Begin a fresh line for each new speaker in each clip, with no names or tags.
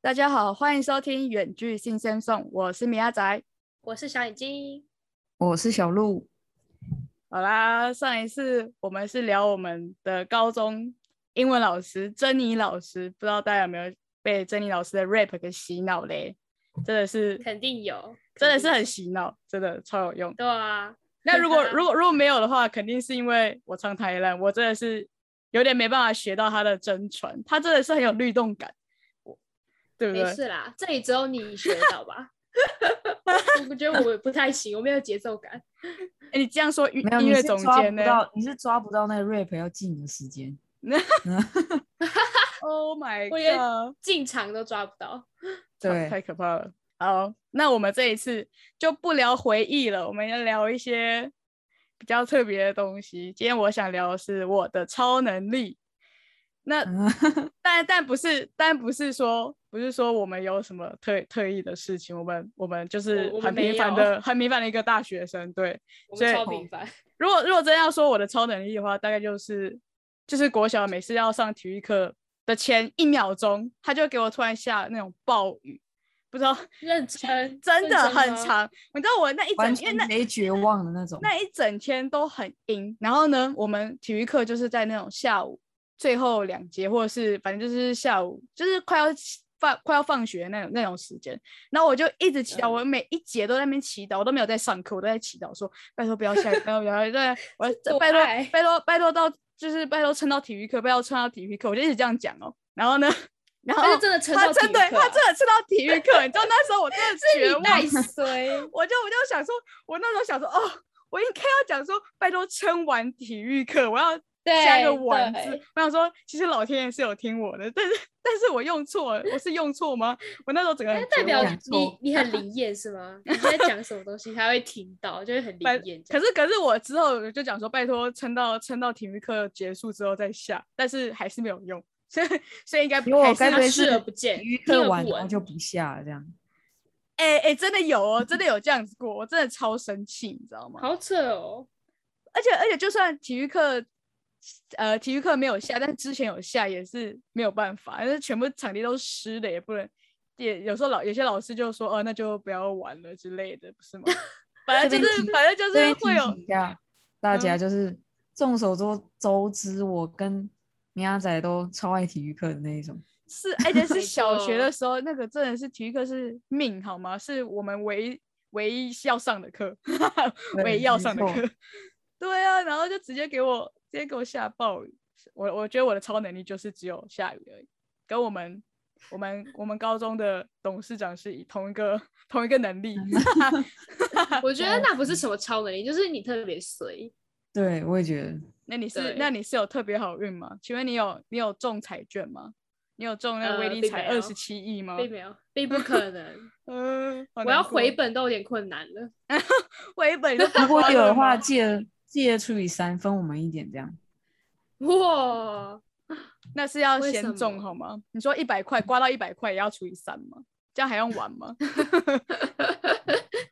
大家好，欢迎收听《远距新鲜送》，我是米亚仔。
我是小眼睛，
我是小鹿，
好啦，上一次我们是聊我们的高中英文老师珍妮老师，不知道大家有没有被珍妮老师的 rap 给洗脑嘞？真的是，
肯定有，
真
肯
的
定
是
有
很洗脑，真的超有 用。
对啊。
那如果如果如果没有的话，肯定是因为我唱台烂，我真的是有点没办法学到他的真传，他真的是很有律动感，我对不
没
对？
事啦，这里只有你学到吧。 我觉得我不太行，我没有节奏感。
哎，你这样说音
没有
音
你
乐
是
总
抓
监
不
呢
到，你是抓不到那个 rap 要进的时间。
？Oh my
我也
god！
进场都抓不到，
太
对，
太可怕了。好，那我们这一次就不聊回忆了，我们要聊一些比较特别的东西。今天我想聊的是我的超能力。那
嗯
但但不是，但不是说不是说我们有什么特特意的事情，我们我们就是
我我们
很
没
平凡
有
的很平凡的一个大学生。对，
我
所以
们
哦
超平凡。
如果如果真要说我的超能力的话，大概就是就是国小每次要上体育课的前一秒钟，他就给我突然下那种暴雨，不知道
认真，啊
真的
认
很
吗。
长。你知道我那一整
完
天
全
那
没绝望的那种。
那一整天都很阴，然后呢，我们体育课就是在那种下午最后两节，或者是反正就是下午，就是快要放快要放学那种那种时间。然后我就一直祈祷，
嗯
我每一节都在那边祈祷，我都没有在上课，我都在祈祷说拜托不要下雨，拜托不要下 雨，对，啊我
做
拜托哦
爱
拜托拜托到就是拜托撑到体育课，拜托撑到体育课，我就一直这样讲哦。然后呢，然后
他是真的撑
他
到
真
体育
对
课
他
啊
真的撑到体育课，你知道那时候我真的 绝
是
望
你。太衰，
我就我就想说，我那时候想说，哦，我应该要讲说，拜托撑完体育课，我要
对，
加一个晚字
对。
我想说，其实老天爷是有听我的，但是但是我用错了，我是用错吗？我那时候整个
那
很
哎代
绝
表
望
讲
你
错
你很灵验是 吗？你在讲什么东西，他会听到，就会很
反
灵验。
可是可是我之后就讲说，拜托撑到撑到体育课结束之后再下，但是还是没有用， 所以所以应该
因为我
还是
该
要
不会
对
是
视而不见
体育
听而
课
不
完然后
闻
就不下了这样？
哎哎，真的有哦，真的有这样子过，我真的超生气，你知道吗？
好扯哦，
而且而且，就算体育课，呃，体育课没有下，但是之前有下也是没有办法，但是全部场地都是湿的，也不能，也有时候老有些老师就说，哦，那就不要玩了之类的，不是 吗？反正就
这边
是
提
反正就
这边
是
提
啊
会有
醒一下大
嗯
家，就是众所周周知，我跟米亚仔都超爱体育课的那一种。
是，而且是
没
小
错
学的时候，那个真的是体育课是命好吗？是我们唯一唯一要上的课，唯
对
一要
没
上的
错
课。对啊，然后就直接给我直接给我下暴雨。我我觉得我的超能力就是只有下雨而已，跟我们我们我们高中的董事长是以同一个同一个能力。
我觉得那不是什么超能力，就是你特别衰。
对，我也觉 得
那你是那
对
你是有特别好运吗？请问你有你有中彩券吗？你有中那个
呃
威力
并
彩
没
二
有
十七亿吗？
并没有，并不可能。
嗯， 好
我要
难过
回本都有点困难了。
回本就
如果有的
哦
话，
就
记得记得除以三，分我们一点这样。
哇，
那是要
为什
先
么
中好吗？你说一百块刮到一百块也要除以三吗？这样还用玩吗？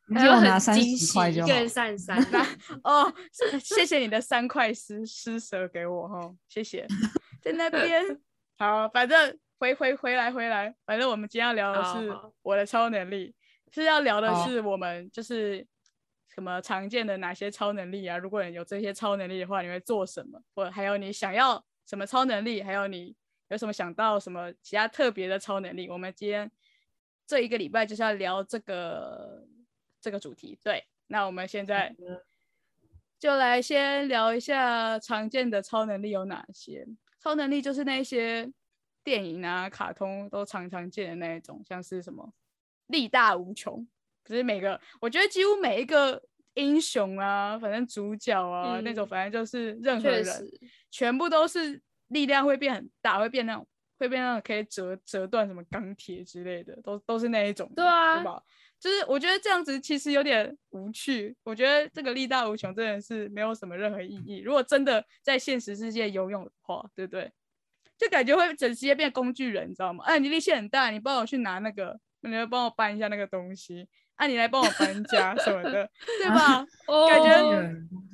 你
还
记得
要
我拿
很
三
惊
十
喜，
块
一
就
个
好。
人散三，
哦，是谢谢你的三块施施舍给我哦，谢谢。在那边好，反正回回回来回来，反正我们今天要聊的
好
是
好
我的超能力，是要聊的
好
是我们就是什么常见的哪些超能力啊？如果你有这些超能力的话，你会做什么？或者还有你想要什么超能力？还有你有什么想到什么其他特别的超能力？我们今天这一个礼拜就是要聊这个这个主题。对，那我们现在就来先聊一下常见的超能力有哪些。超能力就是那一些电影啊、卡通都常常见的那一种，像是什么力大无穷，可是每个我觉得几乎每一个英雄啊，反正主角啊、那种，
嗯
反正就是任何
确
人
实，
全部都是力量会变很大，会变那种会变那种可以折折断什么钢铁之类的，都都是那一种的，
对啊
对吧？就是我觉得这样子其实有点无趣，我觉得这个力大无穷真的是没有什么任何意义。如果真的在现实世界游泳的话，对不对？就感觉会直接变工具人，你知道吗？哎、你力气很大，你帮我去拿那个，你来帮我搬一下那个东西，啊，你来帮我搬家什么的，对 吧？感觉
哦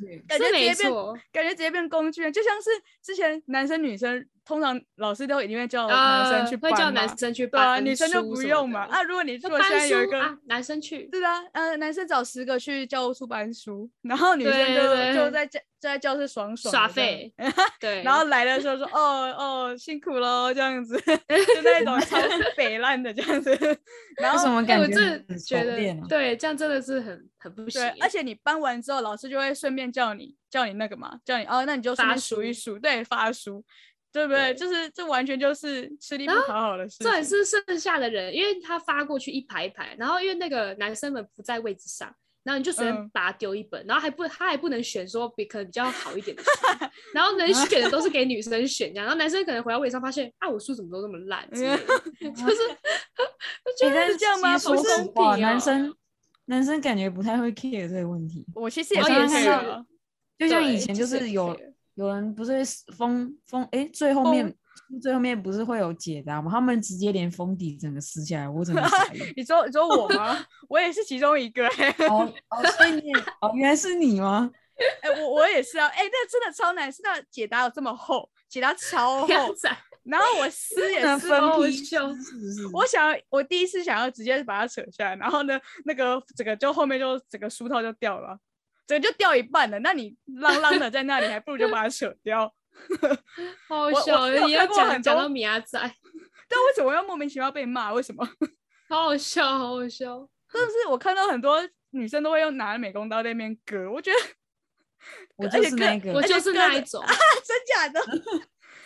对
感觉
是
直接
没
变
错，
感觉直接变工具人，就像是之前男生女生通常老师都一定会叫哦男
呃
生去，
会
搬嘛、
叫男生去
对啊，
搬
女生就
书
不
什么
用
的
嘛。啊，如果你
就
如果现在
搬
有一
书
个，
啊，男生去，
对啊，呃，男生找十个去教务处搬书，然后女生
对
就
对
就在教就在教室爽爽
耍
的这样
废，对，
然后来的时候说哦哦辛苦喽这样子， 就那种 超北烂的这样子， 然
为什
后
么
哎，
感
我
觉
真的
很
觉
熟练
得
啊？
对，这样真的是很很不行
对啊
欸，，
而且你搬完之后，老师就会顺便叫你叫你那个嘛，叫你哦，那你就顺
发
便数一
书
数，对，发书，对不对？
对
就是这完全就是吃力不
然后
讨好的事
这也
情。
是剩下的人，因为他发过去一排一排，然后因为那个男生们不在位置上，然后你就随
嗯
便把他丢一本，然后还不他还不能选说比可能比较好一点的书， 然后能选的都是给女生选这样，然后男生可能回到位上发现啊我书怎么都这么烂之类的，就是 我觉
哎
得
但是这样吗
好
不
说
是啊
实
公
话，
平哦
男生男生感觉不太会 care 这个问题。
我其实也
哦
是
也
这
是
样啊
就像
对
以前
其
就
实
是
也
有
care
有人不是会是封封哎、最后
封。
面最后面不是会有解答吗？他们直接连封底整个撕下来，我整个傻眼
你说你说我吗？ 我也是其中一 个、欸，哎、
哦哦，所以你也哦原来是你吗？
我我也是啊，哎、那真的超难，是那解答有这么厚，解答 超
这样
厚，
子啊，
然后我撕也
不能
撕
分
不
批
批秀
撕是不是？
我想要，我第一次想要直接把它扯下来，然后呢，那个整个就后面就整个书套就掉了，整个就掉一半了。那你浪浪的在那里，还不如就把它扯掉。
好
我
笑，
我有
你要
看过很
讲讲
多
到米亚仔，
但为什么要莫名其妙被骂？为什么？
好好笑，好好笑，
真的是我看到很多女生都会用拿美工刀在那边割，我觉得
我
而
就是
且各
那个，
我
而且
就是
各
那
种
一种，
真假的，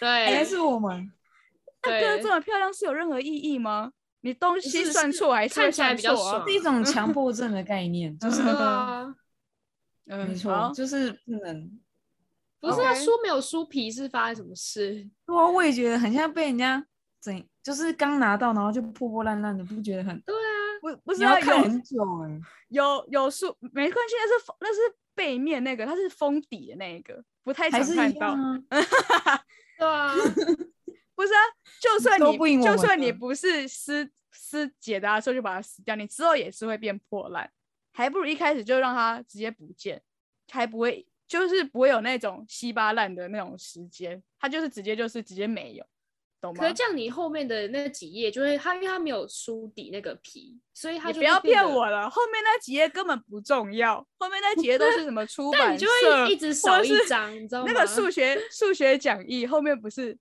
原来
对
是我们。
那割
对
这，么漂亮是有任何意义吗？你东西
是
算
是
错还是
看
会
起来
算
比较
错啊
爽
是一种强迫症的概念，就是
对啊。
嗯，
没
好
错，就是不能。
不是啊，
OK
书没有书皮是发生什么事？
对啊，我也觉得很像被人家怎，就是刚拿到然后就破破烂烂的，不觉得很？
对啊，
不不
你
是
要
啊
看
有
很久哎、
有有书没关系，那是封那是背面那个，它是封底的那一个，不太常
还是
看
一
到。
样啊。
对啊，
不是啊，就算
都
你
不赢我
就
们嗯
算你
的
不是撕撕解答的时候啊就把它撕掉，你之后也是会变破烂，还不如一开始就让它直接不见，还不会就是不会有那种稀巴烂的那种时间，它就是直接就是直接没有，懂吗
可是？这样你后面的那几页就会，它因为它没有书底那个皮，所以它
你
就
不要
会变
骗
得
我，了，后面那几页根本不重要，后面那几页都是什么出
但
版
你
社
就，会一直
或
少一
是
张，你知道吗？
那个数学数学讲义后面不是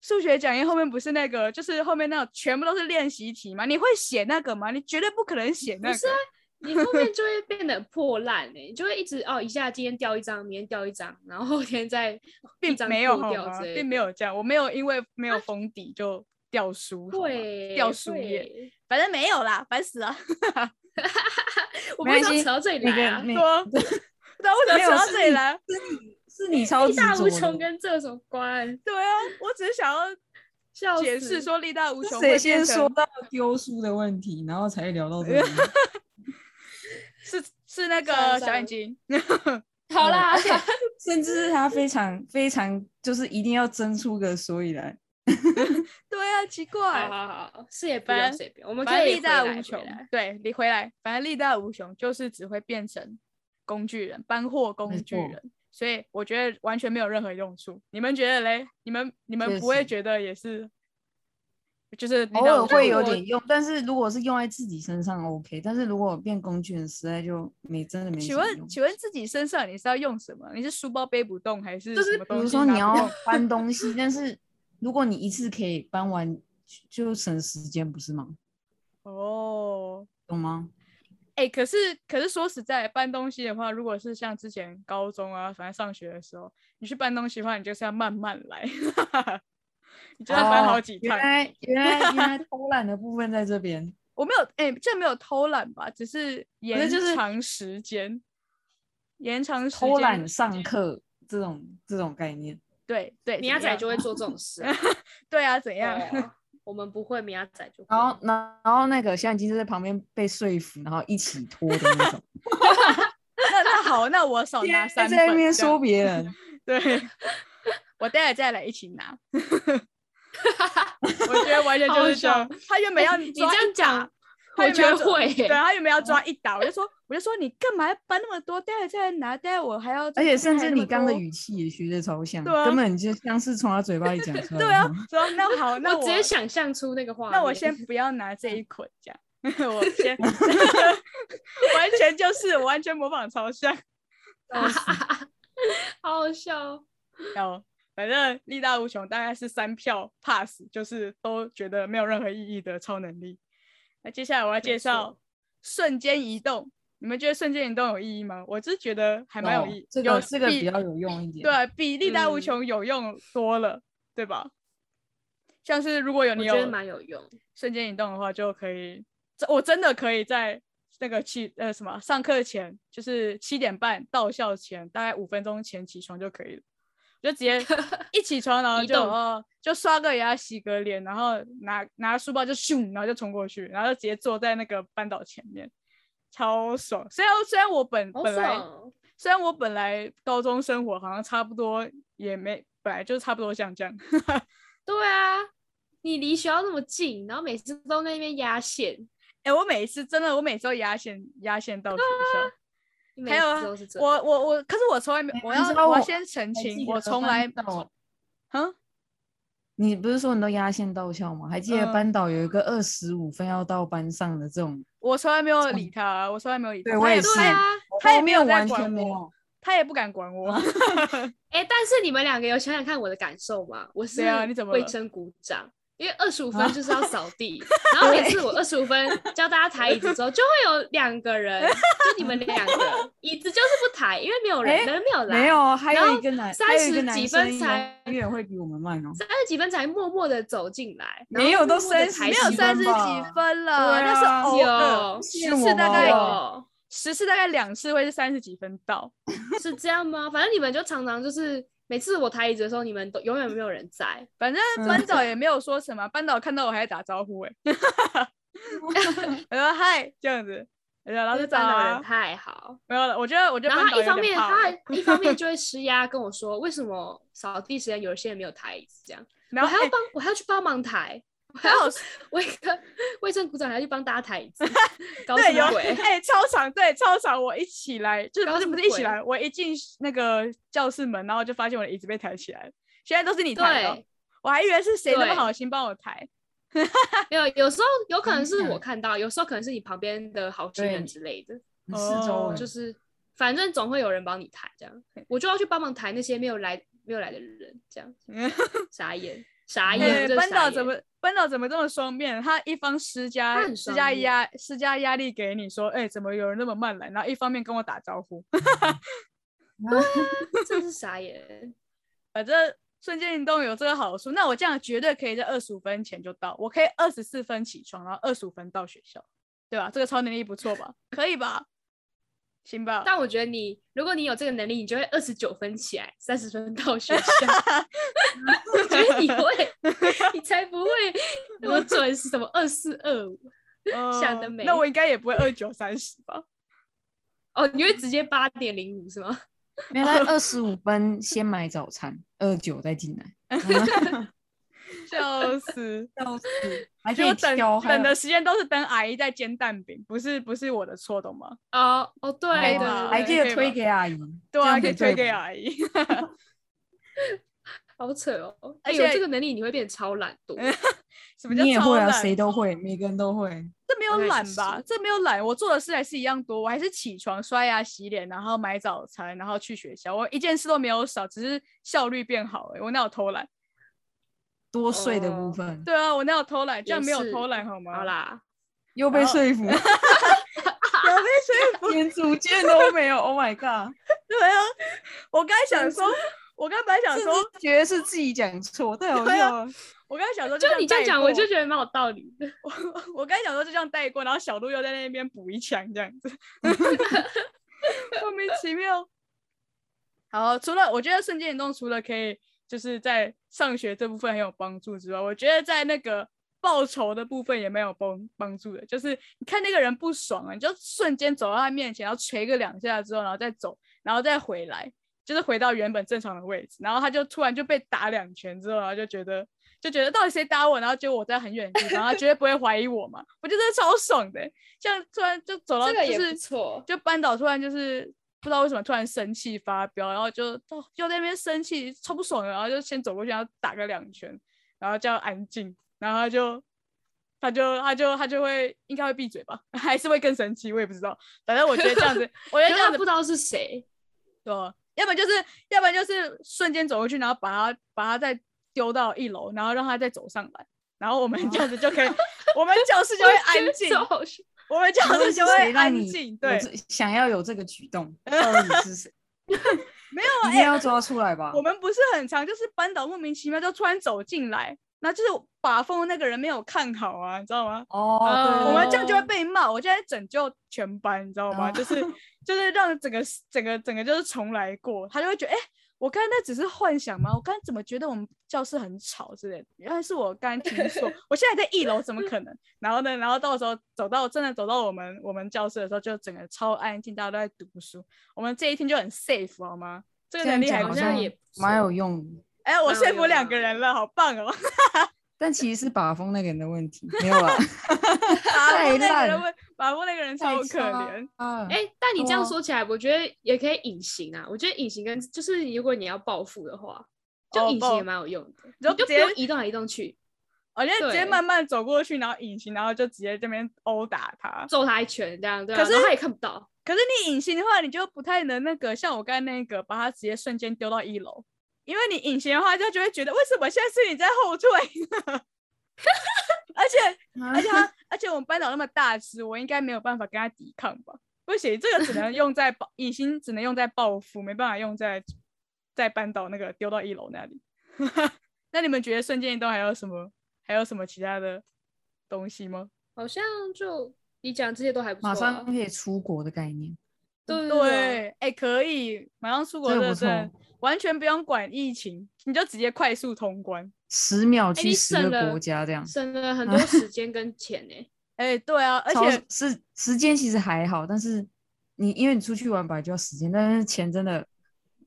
数学讲义后面不是那个，就是后面那种全部都是练习题吗？你会写那个吗？你绝对不可能写那
不
个
是。啊，你后面就会变得很破烂哎、你就会一直哦，一下今天掉一张，明天掉一张，然后后天再一
并
张
没有
破
好
掉
吗
之类
并没
的。啊
有这样，我没有因为没有封底就掉书，好吗
会
掉书页，
页，
反正没有啦，烦 死了。
我
没关
们要
系
扯到这里
那
来
个
啊，
对
那
啊， 那为什么
没有
要到
是
这里
你
来？
是你超
力
执
大
着
无穷
的，
跟这有什么关？
对啊，我只是想要
笑
解
死
释说力大无
是
穷
谁
会
先
变
说
成
到丢书的问题，然后才聊到 这里？
是是
算了
那个
算
小眼
了
睛，
好啦，
甚至是他非常非常就是一定要争出个所以来。
对啊，奇怪
好。好好，是也不
反
用
正
是也不用，我们
反
可
正
以
力
回
大
来
无
回
穷
来，
对，你回来，反正力大无穷，就是只会变成工具人，搬货工具
错
人。所以我觉得完全没有任何用处。你们觉得嘞？你们你们
确
不会
实
觉得也是，就是力
偶
大
尔
无穷
会有
我
点用，但是如果是用在自己身上 OK，但是如果变工具人，实在就没真的没什
请
么
问
用。
请问自己身上你是要用什么？你是书包背不动，还是
就
什
是
么
比
东
如
西
说你
拿不
要
动
搬东西，但是如果你一次可以搬完，就省时间，不是吗？
哦。
懂吗？
哎、可是可是说实在，搬东西的话，如果是像之前高中啊，反正上学的时候，你去搬东西的话，你就是要慢慢来，你就要搬好
哦
几
原
趟。
来原来原来偷懒的部分在这边，
我没有，哎、这没有偷懒吧？只是延
就是
长时间，延长时间
偷懒上课这种这种概念。
对对，
米亚
怎
仔
样
就会做这种 事啊，
对啊，怎
对
样？
啊 我们不会，米亚仔就会
然后，然然后那个现在金是在旁边被说服，然后一起拖的那 种，
那那好，那我 少哦拿三
在那
本
边
这样
说别人。
对，我待会再来一起拿。 我觉得完全就
好
是这
笑
样，他原本要
哎你这
抓一
样
打
讲，我
他有没
觉
有
得
做
会耶、
对，啊他有没有抓一打？我就说，我就说你干嘛要搬那么多？待会再来拿，待会我还要。
而且甚至
还那么
你刚的
多
语气也学的超像，
对啊
根本就像是从他嘴巴里讲出来的。
对啊，说那好，那
我直接想象出那个画面。
那我先不要拿这一捆， 这样我先 完全就是我完全模仿超像。
笑 死，
好好笑哦，
然后反正力大无穷，大概是三票 pass，就是都觉得没有任何意义的超能力。那接下来我要介绍
错
瞬间移动，你们觉得瞬间移动有意义吗？我是觉得还蛮有
哦
意义，
这
有
个这个比
比
较有用一点。
对，啊比力大无
嗯
穷有用多了，对吧？像是如果有
我
你
觉得
有
蛮有用。
瞬间移动的话，就可以，这我真的可以在那个起呃什么上课前，就是七点半到校前，大概五分钟前起床就可以了。我就 直接一起床，然后
移
就
动
哦，就刷个牙、洗个脸，然后拿拿书包就咻，然后就冲过去，然后就直接坐在那个班导前面，超爽。虽然虽然我本
好
本来
爽哦
虽然我本来高中生活好像差不多也没，本来就差不多像这样，
对啊，你离学校那么近，然后每次都在那边压线，
哎、我每次真的，我每次都压线压线到学校。
你每
还有啊
次都是这样。
我我我，可是我从来没，我
哎你
要
知道
我要
我
先澄
还记
清，
得
我从
班
来
导
嗯，
你不是说你都压线到校吗？还记得
嗯
班导有一个二十五分要到班上的这种，
我从来没有理他，我从来没有理
对
他，
我
他
也
也
是
他也他
后
也没有
面
在
完全
管
没
我
有。
他也不敢管我。
哎、但是你们两个有想想看我的感受吗？我是
对啊你怎么
为
了哦
真鼓掌，因为二十五分就是要扫地，然后每次我二十五分教大家抬椅子之后，就会有两个人，就你们两个椅子就是不抬，因为没有人，
哎
人没有来，
没有，还
然
有
后
一个男，
30
还有一个男
几
生
分才
永远会比我们慢哦。
三十几分才默默的走进来，然
没
后
有都
默默地
30
抬
没
几
有
起
三十
分吧
几分了，
对
那是
啊
偶尔，
有
十
是
次
我
大
吗
概
有
十次大概两次会是三十几分到。
是这样吗？反正你们就常常就是每次我抬椅子的时候，你们都永远没有人在，
反正
嗯
班导也没有说什么，班导看到我还打招呼哎、欸，我说嗨这样子，然后
这
就
班导人
打
太好。
没有了。我觉得我觉得
然后
班
他
导
一
有
方
点
面，
怕欸
他
我，
还一方面就会施压跟我说，为什么扫地时间有些人没有抬椅子这样，
然
我还
后
要
哎
帮，我还要去帮忙抬，我还
他
要
好
我一个卫生股长还要去帮大家抬椅 子，搞什
对有
么 鬼？
哎、超长对超长，我一起来就是
搞
不是
什
不
么
是一起
鬼
来，我一进那个教室门，然后就发现我的椅子被抬起来了，现在都是你抬的哦
对，
我还以为是谁那么
对
好心帮我抬，
没有，有时候有可能是
嗯
真的
我看到，有时候可能是你旁边的好心人
对
之类的，
你四周
哦
哎
就是反正总会有人帮你抬这样，我就要去帮忙抬那些没有来没有来的人这样，傻眼傻
哎
眼，
嗯
真
对，
的
班
傻
导
眼
怎么班导怎么这么双面？他一方施
他
加
很
施
双
加
面
压施加压力给你说，哎、怎么有人那么慢来？然后一方面跟我打招呼，
真是傻眼，
反正瞬间运动有这个好处。那我这样绝对可以在二十五分前就到，我可以二十四分起床，然后二十五分到学校，对吧？这个超能力不错吧？可以吧？行吧？
但我觉得你，如果你有这个能力，你就会二十九分起来，三十分到学校。 我觉得你会，你才不会那么准是什么二四二五想得
嗯
美
那我应该也不会二九三十吧？
哦，你会直接八点零五是吗？
没有，他二十五分先买早餐，二九再进 来，嗯
笑死！
笑死， 还可
就
以
等
挑，还
等
有
的时间都是等阿姨在煎蛋饼，不是不是我的错，懂吗？
哦哦，对对
以吧
对，
还可
对
可以
以推
吧
给阿姨，
对
这
啊，
样
可以
比对
推给
吧
阿姨。
好扯哦！
而
哎，有
且
这个能力，你会变得超懒惰。
什么叫
你也
超
会啊，
懒哦
谁都会，每个人都会。
这没有
好像也
懒
是
吧？这没有懒，我做的事还是一样多，我还是起床、刷牙、洗脸，然后买早餐，然后去学校，我一件事都没有少，只是效率变好、欸。我哪有偷懒？
多睡的部
哦
分
对啊，我哪有偷懒？这
也
样没有
是
偷懒好吗？
好，啦，
又被说服，
有被说 服。
连主 见都没有。Oh my god！
对啊，我刚才想说，我刚才本来想
甚
说，
至觉得是自己讲错，太好
对啊
笑哦了。
我刚才想说，
就你这样
带
讲，我
过
就觉得蛮有道理的。
我刚才想说就这样带过，然后小鹿又在那边补一枪这样子， 莫名其妙。好，除了我觉得瞬间移动，除了可以就是在上学这部分很有帮助之外，我觉得在那个报仇的部分也蛮有帮帮助的。就是你看那个人不爽啊，你就瞬间走到他面前，然后捶个两下之后，然后再走，然后再回来，就是回到原本正常的位置，然后他就突然就被打两拳之后，然后就觉得就觉得到底谁打我，然后结果我在很远的地方，他绝对不会怀疑我嘛， 我觉得超爽的、这样突然就走到
这
就
个也
是
不错。
就班导突然就是不知道为什么突然生气发飙，然后就哦又在那边生气，超不爽的，然后就先走过去，然后打个两拳，然后叫安静，然后他就他就他就他就会应该会闭嘴吧， 还是会更生气，我也不知道。反正我觉得这样子，我觉
因为
得这
他
样
不
子
知道是谁，
对啊，要不然就是要不然就是瞬间走过去，然后把他把他再丢到一楼，然后让他再走上来，然后我们这样子就可以，我们教室就会安静，
超好笑。
我们教
请问
室就是会
谁让
安
你
静，
有
对。
这想要有这个举 动，到底是谁？
没啊哎
有，一定要抓出来吧
我。们不是很常，就是班导莫名其妙就突然走进来，那就是把风那个人没有看好啊，你知道吗？
哦，
呃
对，
我们这样就会
哦
被骂。我现在拯救全班，你知道吗？
哦
就是就是让整个整个整个就是重来过，他就会觉得，哎、我刚才那只是幻想吗？我刚才怎么觉得我们教室很吵之类的？原来是我刚才听错，我现在在一楼，怎么可能？然后呢，然后到时候走到真的走到我们我们教室的时候，就整个超安静，大家都在读书，我们这一天就很 safe 好吗？这个
这样
能力还
讲好
好
不错
像
像
也不错
蛮有用的。
哎、我
蛮
说
有
服
用
两
嗯
的
个人了，好棒哦！
但其实是把风那个人的问题，没有啦，
把
太
握那个
烂
人问，把握那个人 超可怜。
啊！
哎、但你这样
哇
说起来，我觉得也可以隐形啊。我觉得隐形跟就是如果你要报复的话，就
哦
隐形
报
也蛮有用的，
你就
你就
直
不
接
用移动来移动去，
我觉得哦直接
对
慢慢走过去，然后隐形，然后就直接这边殴打他。
揍他一拳这样，对、啊，
可是
然后他也看不到。
可是你隐形的话，你就不太能那个，像我刚才那个，把他直接瞬间丢到一楼，因为你隐形的话，就就会觉得为什么现在是你在后退呢？ 而且
啊
而且他，啊而且我们班长那么大只，我应该没有办法跟他抵抗吧？不行，这个只能用在报隐形，只能用在报复，没办法用在在班导那个丢到一楼那里。 那你们觉得瞬间移动还有什么？还有什么其他的东西吗？
好像就你讲这些都还不错、啊，
马上可以出国的概念，
对
对，
对，
哎、可以马上出国
这个
热
不错
证，完全不用管疫情，你就直接快速通关。
十
哎
秒去
你
十
省
个
了
国家这样，
省 了很多时间跟钱 呢、
哎、对啊，而
超
且
是时间其实还好，但是你因为你出去玩本来就要时间，但是钱真的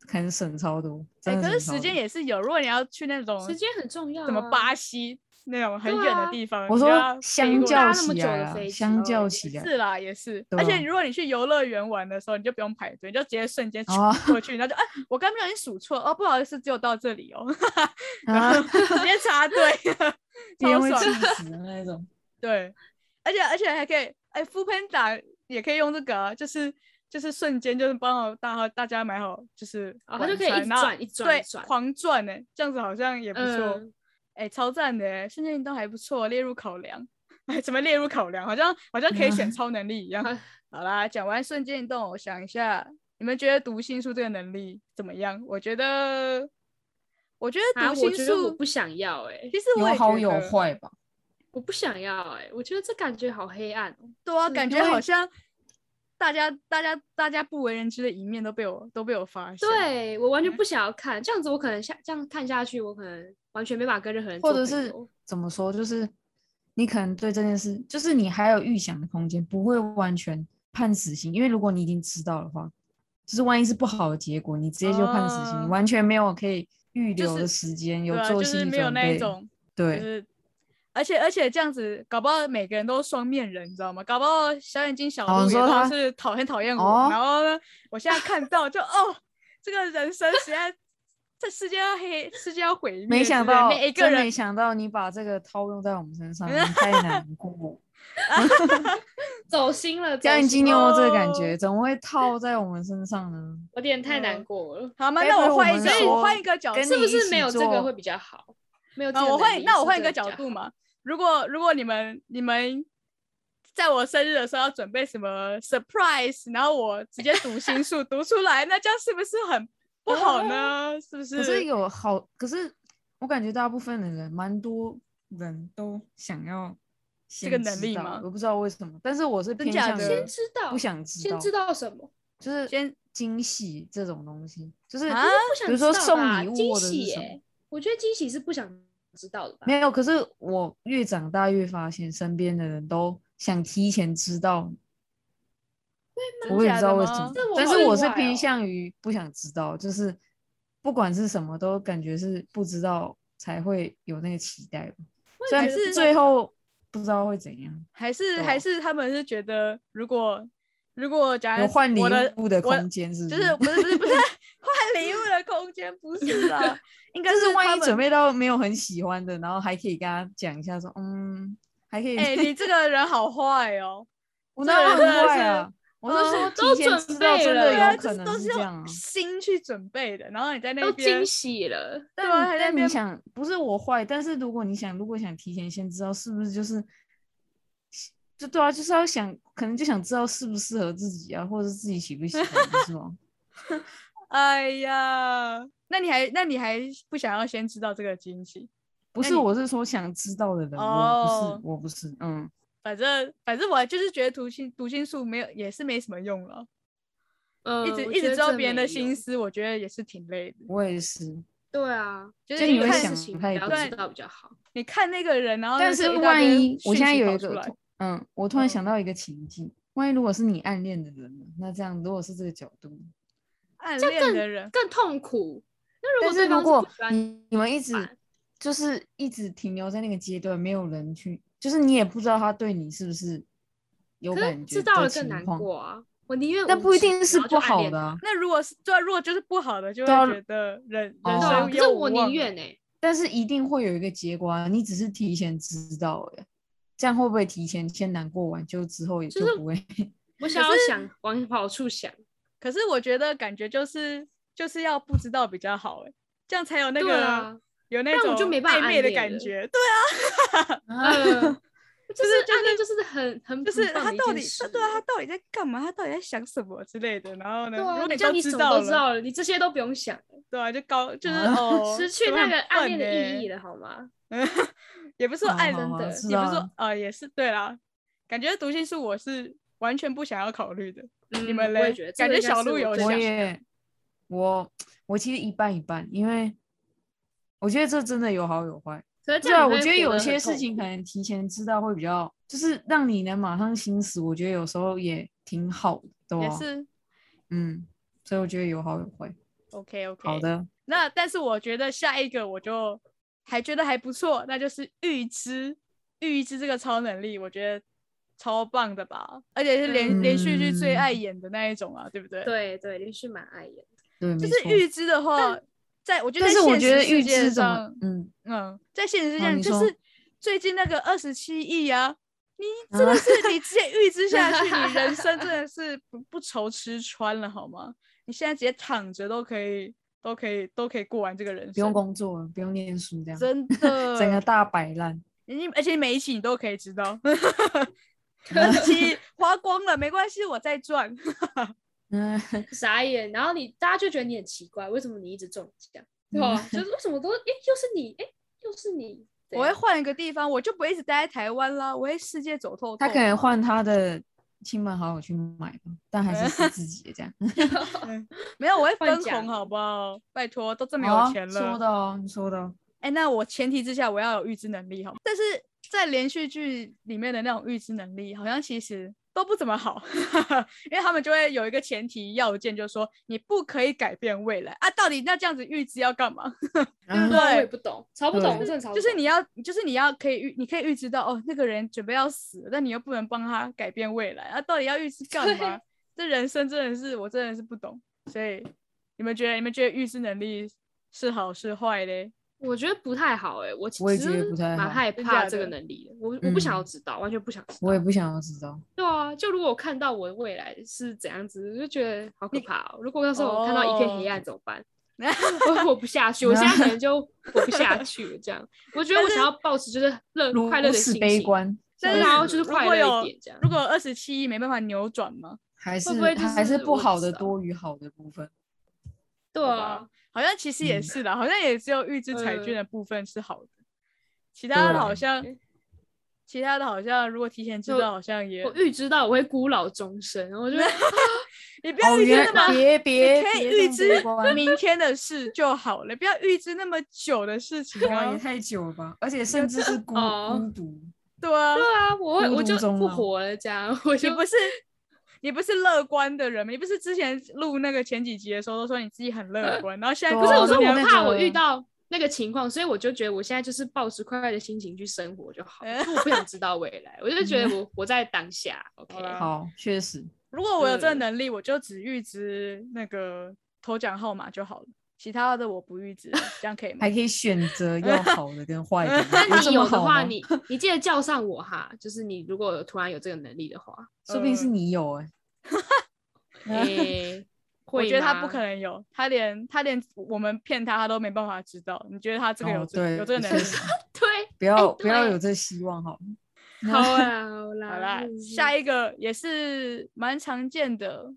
很省超多，
哎、
真的
可
省
是
超
时间
多
也是有，如果你要去那种
时间很重要、啊。
什么巴西那种很
对
远的
啊
地方，
我
你就
说
要飞
相
过
较
来
搭那么
起
久
来
的
啊
飞，机
相较
也
起来，
哦是啦，也是。
对
而且
啊
如果你去游乐园玩的时候，你就不用排队，你就直接瞬间
哦
过去，然后就哎，我刚不小心数错哦，不好意思，只有到这里哦， 然
啊
后直接插队，
别人
超
会
爽
气。死的那一 种。
对，而且而且还可以，哎、f o o Panda 也可以用这个、啊，就是就是瞬间就是帮我大家大家买好，就是
哦它
晚
就可以一
餐
直
然后
转一直转一
对
直转
狂转呢、欸这样子好像也不错，哎、
嗯
超赞的、欸，瞬间移动还不错，列入考量。 哎，怎么列入考量？好像好像可 以选超能力一样。好啦，讲完瞬间移动，我想一下，你们觉得读心术这个能力怎么样？我觉得，我觉得
啊，
读
我
心
觉
术、
得我不想要哎、
其实我
有
也
好
觉
有
得
坏吧。
我不想要哎、我觉得这感觉好黑暗、哦。
对啊，
嗯
感
因
觉好
为
像大家、大家、大家不为人知的一面都被我都被我发现。，
对嗯我完全不想要看，这样子我可能下这样看下去，我可能完全没办法跟任何人做
或
朋
者
友，
是怎么说，就是你可能对这件事，就是你还有预想的空间，不会完全判死刑，因为如果你已经知道的话，就是万一是不好的结果，你直接就判死刑，
啊
你完全没有可以预
就
留的
是
时间，有
对啊，
做
就
心
是
理
没有
准
那一
备。
种，就
对，
是而且而且这样子，搞不好每个人都是双面人，你知道吗？搞不好小眼睛小
哦
鹿
你
也
说
都
他
是讨很讨厌我，
哦
然后呢，我现在看到就哦，这个人生实在。这世界要黑，世界要毁灭之类的。
没想到，
每一个
真
人
没想到你把这个套用在我们身 上，太难过。
走心了。
家
走
人金
心
牛
了
这个感
哦
觉，怎么会套在我们身上呢？
有点太
嗯
难过了，
好吗？
该
那
不会
我
我
换一
们
个，我
说
换一个角
跟
色
是不
你一
是
起
没有这个
做嗯
会比较好？没有这
啊，
个
我
能
换，
力
那
是
我换一
真
个
的
角
比较
啊
度
好，
嘛。如果如果你们你们在我生日的时候要准备什么 surprise，然后我直接读心术 读出来，那这样是不是很不好呢？是不是？
哦可是有好，可是我感觉大部分的人，蛮多人都想要
这
这
个能力吗
我不知道为什么，但是我是
真
偏
假
向
的
于
先
知道
不想知道，
先知道什么？
就是
先
惊喜这种东西，就是
啊
我不想
比如说
知道
送
吧
礼物
惊
或者是
喜
什
耶、
么
我觉得惊喜是不想知道的吧？
没有。可是我越长大越发现，身边的人都想提前知道
对
真
我也不
假
知道
的
为什
吗
么
这，我
但
好
是
意
我是
外哦
偏向于不想知道，就是不管是什么都感觉是不知道才会有那个期待吧。虽然
觉得
最后不知道会怎样，
还是
对
还
啊
是他们是觉得，如果如果假
有
如
换礼
我的
物的
我
空间，是不？
就是是不是不是不是换礼物的空间，不 是啦，应该
就是
他
万一
们
准备到没有很喜欢的，然后还可以跟他讲一下说，嗯，还可以。
哎、你这个人好坏哦，
我
这
哪有
人
很
真的
坏
是
啊？我是说
嗯都
提前
准
知道，
备
真
了
的
对啊，
有
就
可
是
能
都
是
是
这样啊
用。心去准备的，然后你在那
都
边
惊，喜了，
对啊，还
但
在那
你
边
想不是我坏，但是如果你想，如果想提前先知道，是不是就是，就对啊，就是要想，可能就想知道适不适合自己啊，或者是自己喜不喜欢，是吗？
哎呀，那你还那你还不想要先知道这个惊喜？
不
那
是，
你
我是说想知道的人，
哦
我不是，我不是，嗯，
反正反正我就是觉得读心读心术没有也是没什么用了，
嗯，
呃
一直
我
一
觉
直
得
知道
这
别人的
没
心
用，
思，我觉得也是挺累的。
我也是。
对啊，
就
就是你
你
会
看
想
事情不
太
要
多
知道比较好。
你看哦那个人，然后
但
就是一大
万
堆
一我
讯
现在
息
有
跑
一
出
个
来
突，嗯，我突然
嗯
想到一个情境，万一如果是你暗恋的人呢？那这样如果是这个角度，
暗恋的人，
更痛苦。那如
但
果对
如
方
果
不喜欢，
你你们一直
办
就是一直停留在那个阶段，没有人去，就是你也不知道他对你是不是有
可是
感觉
知
的
道了更
情
难
况，
过啊。我宁愿
但
无
不一
知
定是
然后就
不
暗
好
恋
的
他
啊。
那如果是对啊，如果就是不好的，就会
对啊
觉得人
哦
人
对啊，
生
可
有
是
无
我宁
望
愿哎，
但是一定会有一个结果啊，你只是提前知道哎、这样会不会提前先难过完，就之后也
就
就是不会？
我想要想往好处想，
可是我觉得感觉就是就是要不知道比较好哎，这样才有那
对
个、
啊，
有那
不然
种
我就没办法
暧
暗
昧的
恋
感
了
觉。对啊，
嗯，就是
就是
暗恋就是很很
啊就是
很棒
他
的一
到
件
底
事
对啊，他到底在干嘛？他到底在想什么之类的？然后呢，
对啊，
如果
你这
都
样你
知
什么
道
都
了，
知道了，你这些都不用想，
对啊，就高就是
啊
哦，
失去
怎么
那
很
个暗
笨欸
恋的意义
呢。
了，好吗？
也不是说
好
爱
好
人
好
的，
知
也不是
道
说
了
呃，也是对啦。感觉读心术我是完全不想要考虑的。
嗯，
们
我也
嘞
觉得这
感
个
觉
应该
小
是
鹿有
最
想
我
想
也，我我其实一半一半，因为我觉得这真的有好有坏。
可是这
对
样
啊，
你
我
会
觉得
活
有
得
些
很
事
痛
情
苦
可能提前知道会比较，就是让你能马上心死。我觉得有时候也挺好的，对
也
啊
是
嗯，所以我觉得有好有坏。
OK OK。
好。的，
那但是我觉得下一个我就还觉得还不错，那就是预知，预知这个超能力，我觉得超棒的吧，而且是连、连续剧最爱
嗯
演的那一种啊，对不对？，
对对，连续蛮碍眼
对，
的。
就
没
是
错。
预知的话，在我觉得
但
在
是我
现
觉得
实世
预
界
知怎么
上，，
嗯，
嗯，在现实世界
好
上
你
就
说
是最近那个二十七亿啊，你真的是你直接预知下去，你人生真 的是不不愁吃穿了好吗？你现在直接躺着都可以，都可以，都可以过完这个人生，
不用工作了，不用念书，这样
真 的，
整个大摆 烂。
你而且每一期你都可以知道，二十 七花光了没关系，我再赚。
嗯，
傻眼，然后你大家就觉得你很奇怪，为什么你一直中 奖？
嗯
对吧？就是为什么都哎、又是你，哎、又是你，
我会换一个地方，我就不会一直待在台湾啦，我会世界走透透。
他可能换他的亲朋好友去买吧，但还是是自己的这 样。
会
没有，我会
换
分
奖
红，好不好？拜托，都这么
好啊
有钱了。
说的哦，你说的哦。
哎、那我前提之下我要有预知能力，好吗？但是在连续剧里面的那种预知能力，好像其实都不怎么好， 因为他们就会有一个前提要件，就是说你不可以改变未来啊。到底那这样子预知要干嘛？
嗯
对
啊我也不懂，超不懂，
对
我真的超不
就
懂。
是你要，就是你要可以预，你可以预知到哦，那个人准备要死了，但你又不能帮他改变未来啊。到底要预知干嘛？这人生真的是我真的是不懂。所以你们觉得，你们觉得预知能力是好是坏嘞？
我觉得不太好哎、我其
我也觉得
实
不太
蛮
好
害
真假
怕这个
的
能力的，我我不想要
嗯
知道，完全不想知道。
我也不想要知道。
对啊，就如果我看到我未来是怎样子，我就觉得好可怕哦。如果那时候我看到一片黑
哦
暗怎么办？我活不下去，我现在可能就活不下去了。这样，我觉得我想要保持就是乐
如
快乐的
此
心
悲
情，
观，
但
对啊
是
就是
如
快
果
乐一
有
点这样
如果二十七亿没办法扭转吗？
还是
不会就
还是
是
不
我不
好
知
的
道
多于好的部分？
对
好
啊
吧，好像其实也
嗯
是啦，好像也只有预知彩券
嗯
的部分是好的，其他的
对
好像
对，
其他的好像如果提前知
就
道，好像也
我预知到我会孤老终生，然后我就
你不要预知
哦原
那么，
别
你
别，
可以
别
预
这么
知
悲观
明天的事就好了，不要预知那么久的事情
哇，也
啊。
太久了吧，而且甚至是孤
哦
孤独，
对啊，
对啊，我会
孤
我
独
就
终
不
老
活了，这样我
你
就
不是你不是乐观的人吗？你不是之前录那个前几集的时候都说你自己很乐观，然后现在
不是
哦
我说
那
我
你要
怕
做
我遇到那个情况，所以我就觉得我现在就是抱持快乐的心情去生活就好，
嗯
因为我不想知道未来，我就觉得我活在当下。OK，
好啦
好，确实，
如果我有这个
嗯
能力，我就只预知那个头奖号码就好了，其他的我不预知了，这样可以吗。
还？可以选择要好的跟坏的
那
这
你
么
有的
好
话，
吗
你你记得叫上我哈，就是你如果突然有这个能力的话，
说不定是你有哎。
诶、会
嗯我觉得他
吗
不可能有，他连他连我们骗他他都没办法知道。你觉得他这个有
哦
这个、
对
有这个能力
确
吗？
实
对，
不要
哎
不要
对
有这希望好了。
好啦好啦，
好啦，
嗯
下一个也是蛮常见的，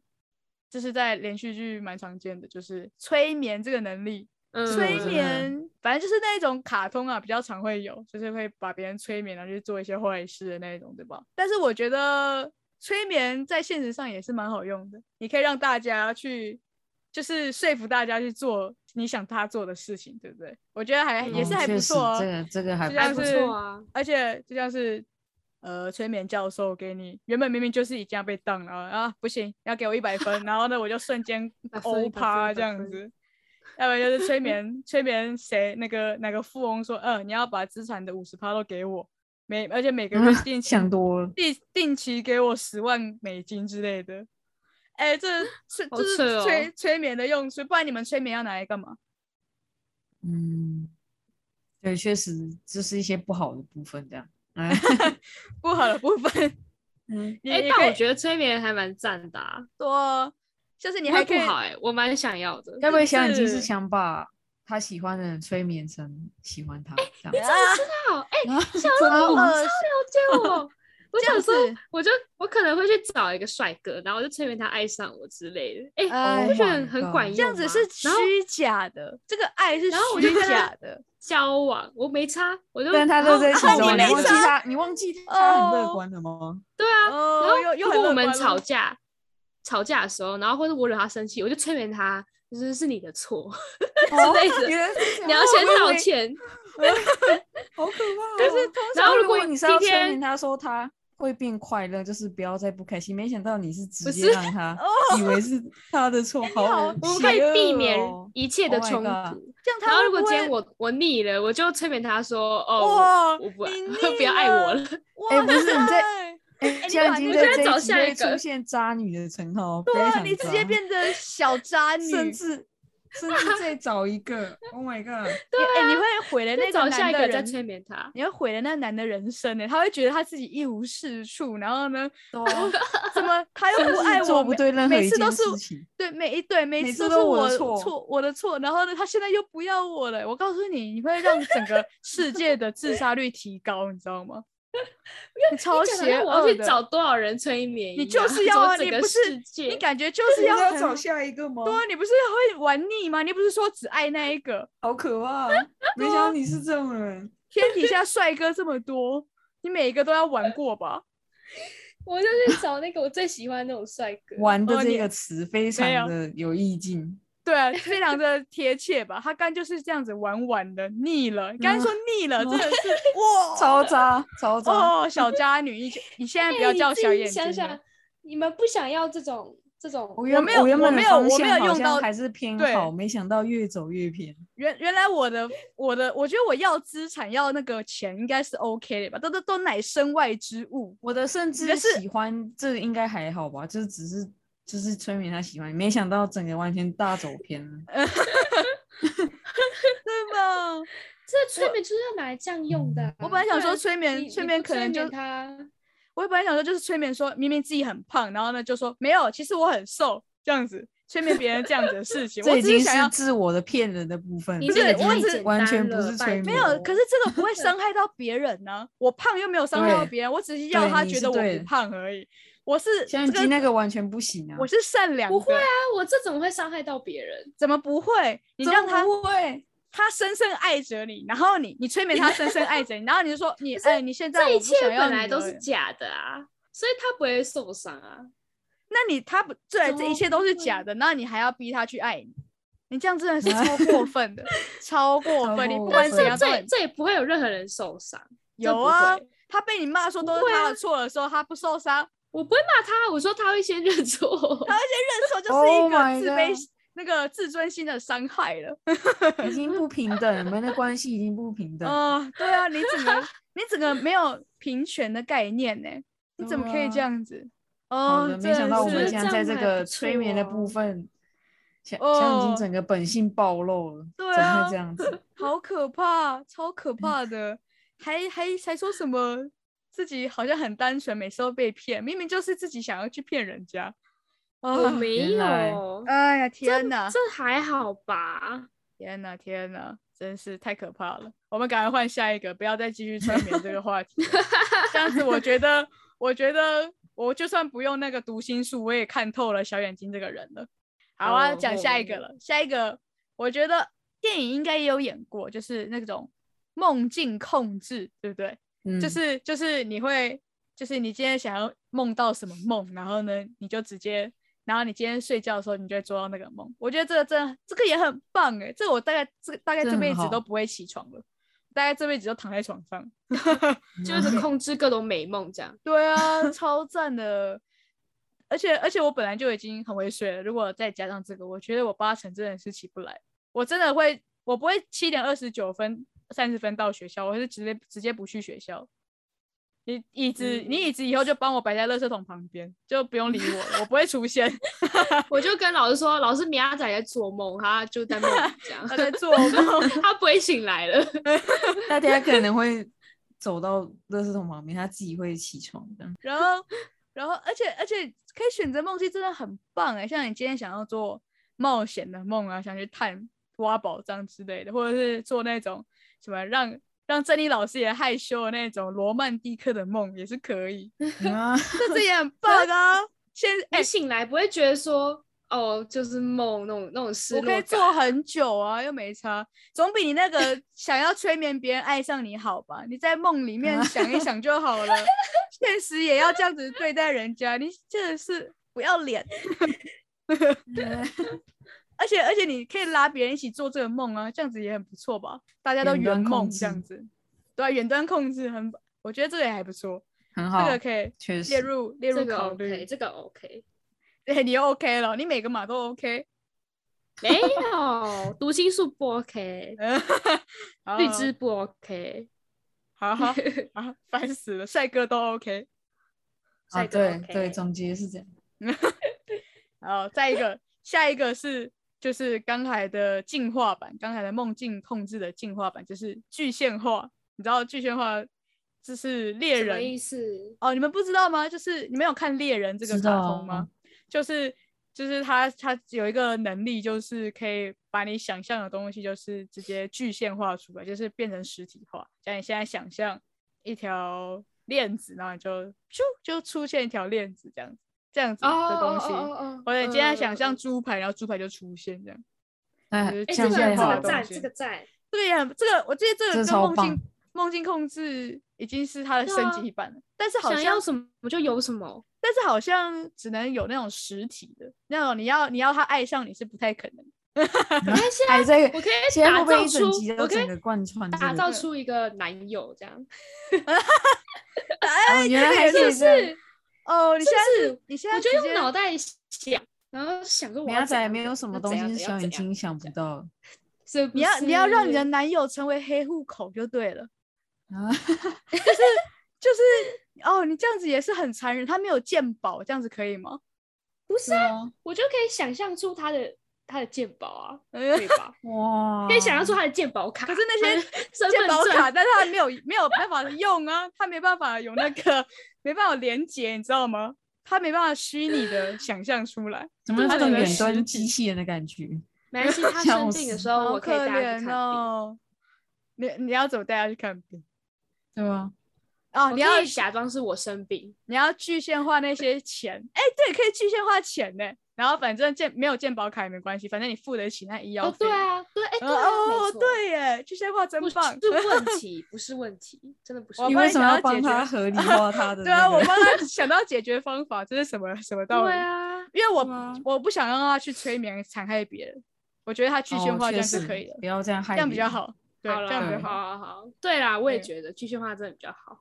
就是在连续剧蛮常见的，就是催眠这个能力。
嗯
催
真的
眠，反正就是那一种卡通啊，比较常会有，就是会把别人催眠，然后去做一些坏事的那一种，对吧？但是我觉得催眠在现实上也是蛮好用的，你可以让大家去，就是说服大家去做你想他做的事情，对不对？我觉得还、也是
嗯
还
确
不
实
错、啊
这个这个还
就
不
像
还
错
不
是
错啊。
而且就像是呃催眠教授给你，原本明明就是已经要被当了啊，不行，要给我一百分，然后呢我就 瞬间
百分
欧
100
趴
分
这
100
样
分
子。要不然就是催眠，催眠谁那个哪个富翁说，嗯，你要把资产的五十趴都给我，每而且每个月定期
啊想多了。
定定期给我十万美金之类的。哎、这催
好
这是
扯哦
催、催眠的用处，不然你们催眠要拿来干嘛？
嗯，对，确实就是一些不好的部分这样。哎
不好的部分，
嗯，
你
哎、
你可
但
以
我觉得催眠还蛮赞的、啊，
说，就是你
会
还可以
不好哎、我蛮想要的。
该不会小眼睛是
是
想把他喜欢的人催眠成喜欢他这样？
啊
好，哎、
啊
小
真
欧，你超
恶
了解 我。我
哦这样
想说
子，
我就我可能会去找一个帅哥，然后我就催眠他爱上我之类的。哎、
哎
我不觉得
Oh
很
my
很
God
管用
这样子是
吗
虚
然后
假的，这个爱是
然后我就
虚
跟他
假的。
交往，我没差，我就
但他
然
都
后
在其
然后
中
我
啊，
没
你忘记
差
他，你忘记他很
哦
乐观了吗？
对啊，
哦，
然后
又又
如
很
果
乐
我们
观
吵
了
架，吵架的时候，然后或者我惹他生气，我就催眠他，就是是你的错，
哦
类的
原来是这
你要
样
先
我以
道
为
歉。
好可怕、哦！
但是通
然后如果
你是
今
要催
天
眠他说他会变快乐，就是不要再不开心，没想到你是直
不
接
是
让他以为是他的错，好
好
恶
我们
心
可以避
哦
免一切的
Oh my
冲突。
God
这样他
然后
会
如果
不
今天
会
我我腻了，我就催眠他说：“
哇
哦，我我不爱
你
不要
腻
爱我
了
了。
哇
哎不是你在
塞
哎，
你
现在
把
已经
那
在
个
这
找
一集
下一
会出
个
现渣女的称号，非
哇，
常
你直 接
渣
变成小渣女，
甚至甚至再找一个，Oh my god！
对、哎你会毁了那
啊再找
个
下
男
一
的
个再
人。
催眠他。
你会毁了那男的人生呢、他会觉得他自己一无是处，然后呢，
都
怎么他又
真
不
是
爱我，
做不
每
对任何
每
一
次都
件
是
事情，
对每一对每
每
次
次
都是
都我
我
的错
错我的错，然后呢，他现在又不要我了，我告诉你，你会让整个世界的自杀率提高，你知道吗？你超
讲得
邪
像我
恶
要
的，
去找多少人催眠一样？
你就是要
说
啊，
整
你
个
不是
世界
你感觉就
不
是要
要
很
找下一个吗？
对啊，你不是会玩腻吗？你不是说只爱那一个？
好可 怕！啊没想到你是这种人，
天底下帅哥这么多，你每一个都要玩过吧？
我就去找那个我最喜欢那种帅哥。
玩的
哦你
这个词非
有
常的有意 境。
对啊，非常的贴切吧？他刚就是这样子玩玩的，腻了。你刚才说腻了，真的是哇，
超渣，超渣！
哦，小渣女，你你现在
哎
不要
你
叫
自
小
己
眼睛
想
了。
想，你们不想要这种这种，
我原
没有
我原
我
本的
没有
方
我
向
没有
好
用
像
到
还是偏
对
好，没想到越走越偏。
原原来我的我的，我觉得我要资产要那个钱应该是 OK 的吧？都都都乃身外之物。
我的甚
的
至
是
喜欢这个应该还好吧，就是只是就是催眠他喜欢，没想到整个完全大走偏了。
对
哦
吧？
这催眠就是要拿来这样用的啊。
我本来想
不
说
然
催
你
眠，
你
催
不
眠可能就
他。啊
我本来想说就是催眠说，明明自己很胖，然后呢就说没有，其实我很瘦，这样子催眠别人这样子的事 情，
这
我
已
只
经
是想
是
要。
自我的骗人的部分，
你
不
这
是
个
我
太
只
简
完
单
全不
了
是催
拜
眠
没
托
有，可是这个不会伤害到别人呢、我胖又没有伤害到别人，我只是要
对
他
你
觉
是
得我
对
不
的
胖而已。我是
像
这
你
个，
那个完全不行啊！
我是善良的，
不会啊，我这怎么会伤害到别人？
怎么不会？你
怎
让
么
他
不会，
他深深爱着你，然后你你催眠他深深爱着你，然后你就说你
可是
哎，你现在
这
我
一
不
切
想要
本来
你
都
了欸
是假的啊，所以他不会受伤啊。
那你他不对，
怎么
这一切都是假
会
的，那你还要逼他去爱你，你这样真 的是超过分的，超过
超
分！你
过
不
但
管
分
怎
这
样都
这
很
这也不会有任何人受伤。这
有
不
啊
会。
他被你骂说
不
都是
会
他的
啊
错的时候，他不受伤，
我不会骂他，我说他会先认错我。
他认错就是 一
Oh
个
my
自卑、
God
那个自尊心的伤害了。
已经不平等，你们的关系已经不平等。
哦，对啊，你整个你整个没有平权的概念呢，你怎么可以这
对啊
样子？
好
哦
的，，没
真
想
的
到我
是
们
这
现在
样
在这
还
个
不
催眠的
错哦
部分，想想已
哦
经整个本性暴露了，
对
怎
啊
么会这样 子？
好可怕，超
嗯
可怕的，还还还说什么自己好像很单纯，每次都被骗，明明就是自己想要去骗人家。
我
哦，
没
原来
有，
哎呀，
这
天哪，
这还好吧？
天哪，天哪，真是太可怕了！我们赶快换下一个，不要再继续催眠这个话题了。这样子，我觉得，我觉得，我就算不用那个读心术，我也看透了小眼睛这个人了。好啊，
哦
讲
哦
下一个了。下一个，我觉得电影应该也有演过，就是那种梦境控制，对不对？
嗯，
就是就是你会，就是你今天想要梦到什么梦，然后呢，你就直接，然后你今天睡觉的时候，你就会做到那个梦。我觉得这个真的，这个也很棒哎，这个我大概这个大概
这
这
很
辈子都
好
不会起床了，大概这辈子就躺在床上。
嗯
就是控制各种美梦这样。
对啊，超赞的。而且而且我本来就已经很会睡了，如果再加上这个，我觉得我八成真的是起不来。我真的会，我不会七点二十九分、三十分到学校，我是直接直接不去学校。你椅子，你椅子以后就帮我摆在垃圾桶旁边，就不用理我了，我不会出现。
我就跟老师说，老师明天仔在做梦，他就在梦 里这样，
他在做梦，
他不会醒来 了。
大家可能 会走到垃圾桶旁边，他自己会起床这样。
然后然后而且而且可以选择梦境真的很棒哎，像你今天想要做冒险的梦啊，想去探挖宝藏之类的，或者是做那种什么让让珍妮老师也害羞的那种罗曼蒂克的梦也是可以，
啊，
这这也很棒啊。现哎、
你醒来不会觉得说，哦，就是梦那种那种失
我
落
可
感。
以做很久啊，又没差，总比你那个想要催眠别人爱上你好吧？你在梦里面想一想就好了，现实也要这样子对待人家，你真的是不要脸。而且而且你可以拉别人一起做这个梦啊，这样子也很不错吧？大家都
远
圆
端控
梦这样
制
子，对、啊，远端控制很，我觉得这个也还不错，
很
这
好，
个可以
确
列
实。
入列
这
入
个
考
OK，
虑。
这个 OK，
对， 你又 OK 了，你每个码都 OK。
没有读心术不 OK，
好
绿枝不 OK，
好好啊，烦死了，帅哥都 OK。
啊，
哦
帅哥
对
OK，
对，总结是这样。
然后再一 个，下一个是就是刚才的进化版，刚才的梦境控制的进化版就是具现化。你知道具现化就是猎
什么意
人
思？
哦，你们不知道吗？就是你们有看猎人这个
知
卡
道
通吗？就是就是他他有一个能力，就是可以把你想象的东西，就是直接具现化出来，就是变成实体化。像你现在想象一条链子，然后你就咻就出现一条链子这样子，这样子的东西。
哦
我今天想象
象，
猪排，然后猪排就出现这样，
哎
就是，
哎，这
想
个
样现在
象化
这
的
个
东
赞，
西
这个赞，
这个也很这个，我记得这
这
个跟
超
梦
棒
境梦境控制已经是它的
对
升
啊
级版了，但是好
想
像
要什么就有什么。
但是好像只能有那种实体的，那种你要你要他爱上你是不太可能。
你看现
哎，
在，
这个
我可以
现在
打
会不会
造
一整
出
集，
我
都
可
整
以
个贯穿这
打
个？
造出一个男友这样。
哦原来还
也
可以
是
这样。
哦，你现在
是
是你现在
我觉得
直
用
接
脑袋想，然后想说我
美
要
亚
怎
仔
样
没
怎
有什么
样
东
怎
西
样
是
怎
小
样
眼
怎样
睛想不到的
是不
你要你要让你的
是
男友成为黑户口就对了，
啊。
就是哦，你这样子也是很残忍，他没有鉴宝，这样子可以吗？
不是啊，
啊，
我就可以想象出他的他的鉴宝啊，
嗯
对吧？
哇，
可以想象出他的鉴宝卡，
可是那些
他的身
鉴
份
宝
证
卡，但是他没有没有办法用啊，他没办法有那个没办法连接，你知道吗？他没办法虚拟的想象出来，
怎么有
他
这种
整个
远
实
端
体
机器人的感觉？
没关系， 他生病的时候
好
我可以带
可
他去
怜
看
哦。你你要怎么带他去看病？
对吧？
哦，你
病，
要
我可以假装是我生病，
你要具现化那些钱，哎、对，可以具现化钱呢。然后反正健没有健保卡也没关系，反正你付得起那医药
哦，
费。
对啊，对，哎，对
呃，
啊，
哦，
没错，
对耶，具现化真
不是
棒。
问题，不是问题，真的不是
我
问
你
题。
帮
为
你
什么
想
要
要
帮
解
他
决
合理化他的
对啊，
那
我
个？
帮他想到解决方法，这是什么什么道理？
对啊，
因为我、
对啊
我不想让他去催眠残害别人，我觉得他具
哦
现化这
确
样就
实
可以了，
不要这样害
这
别人，
样比较好。对，
好
这样比较
了，
好。
好好好，对啦，我也
对
觉得具象化真的比较好。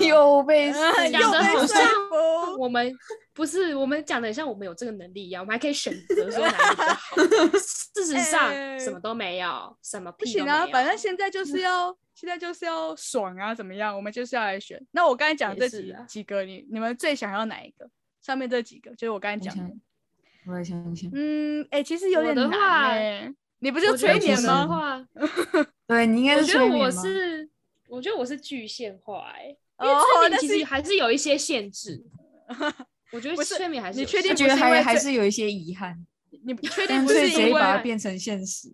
又被
啊
哎讲
又
得
被
好
说
像
服，
我们不是我们讲的像我们有这个能力一样，我们还可以选择说哪里比较好。 事实上、
哎
什么都没有，什么
不
屁都
行
没
啊，
有。嗯
反正现在就是要现在就是要爽啊，怎么样？我们就是要来选。那我刚才讲
也
这
是
几
啊
几个，你你们最想要哪一个？上面这几个就是我刚才
我
讲的
想。，我也想想，
嗯，哎、其实有
我
点
的
难
话
欸你不
我
就
觉
催
得
眠
我的
吗？
话，
对你应该
我
是
觉得
催眠
我
吗
是，我觉得我是具现化、欸，因为
哦
催眠
但
其
是
实还是有一些限制。 我觉得
不是
催眠还是
你
有
确
限
定
就觉
制
得
不是因为
还还
这
是有一些遗憾，
你 确定
但
不是
是
因
谁
为
把它变成现实？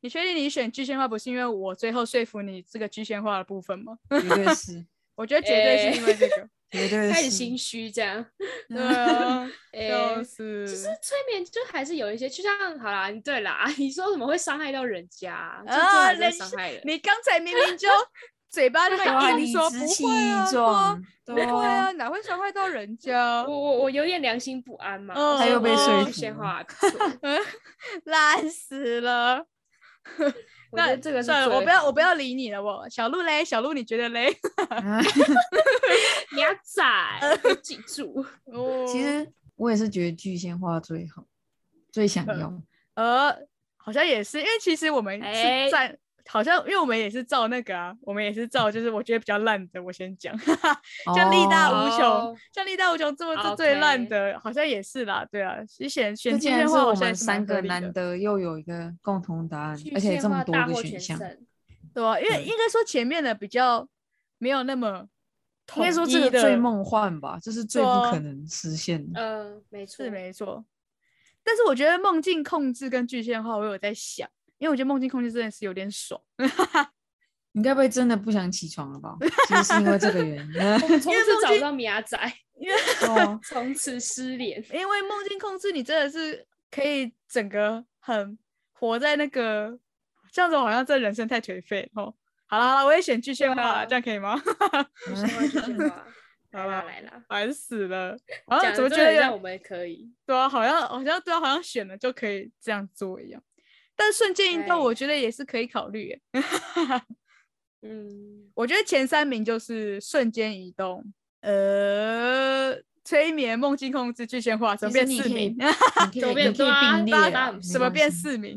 你确定你选具象化不是因为我最后说服你这个具象化的部分吗？
绝对是，
我觉得绝对
哎
是因为这个。
绝对
开
是。
始心虚这 样。
对 啊，
哎、
就是
就是催眠，就还是有一些，就像好啦，你对啦， 你说怎么会伤害到人家？就最后还是会
啊人
伤害人。
你刚才明明就 嘴巴
对啊
那么
理
硬说
直气
不会啊， 对啊
壮，
不
对
会
啊
啊，哪会伤害到 人家
我？我我有点良心不安嘛，
嗯
所以
他又被
我哦具
说
服
现
了
化还不错。
烂死了！
我觉
那
得这个是
算了，我
最
不要，
好
我不要理你了。我小鹿嘞，小鹿你觉得 嘞？
啊
牙 仔，你记住，
哦
其实我也是觉得具现化最好，最想
嗯
要。
呃，好像也是，因为其实我们是
哎
在，好像因为我们也是照那个啊，我们也是照，就是我觉得比较烂的，我先讲， 像力大
哦
无穷，
哦
像力大无穷这么这最烂
OK
的，好像也是啦，对啊，其实选
这
选
竟
这
然
些
是
话，
我
现在
们
是蛮
三
合
个
理的
难，得又有一个共同答案
具，
而且
现
这么
化
多
大
个
获
选
全
项，
胜
对啊，因为
对
应该说前面的比较没有那么
应
统一
该
的，
说这个最梦幻吧，这是最不
对啊
可能实现的。
嗯，没错
是，没错，但是我觉得梦境控制跟具象化，我有在想，因为我觉得梦境控制真的是有点爽。
你该不会真的不想起床了吧？是不是因为这个原因？嗯
我们从
因为
此
梦
找
境
不到牙仔，
哦
从此失 联。
因为梦境控制你真的是可以整个很活在那个，这样子我好像这人生太颓废哦。好了好了，我也选巨蟹
对
化
啊
了，这样可以吗？
具现化，具现 化，
好
来啦
吧
来啦，
烦死了，好像
讲
怎
得
么
真
觉
的
得
很
有
像我们可以，
对啊，好像好像对啊，好像选了就可以这样做一样。但瞬间移动，我
哎
觉得也是可以考虑耶。
嗯，
我觉得前三名就是瞬间移动，呃，催眠、梦境控制、巨蟹化，怎么
其实
变
你可
四
以
名？
你可
左
以
边
你可
对
以
啊
并列
拉
啊
大
没
什么
关
变
系
四名？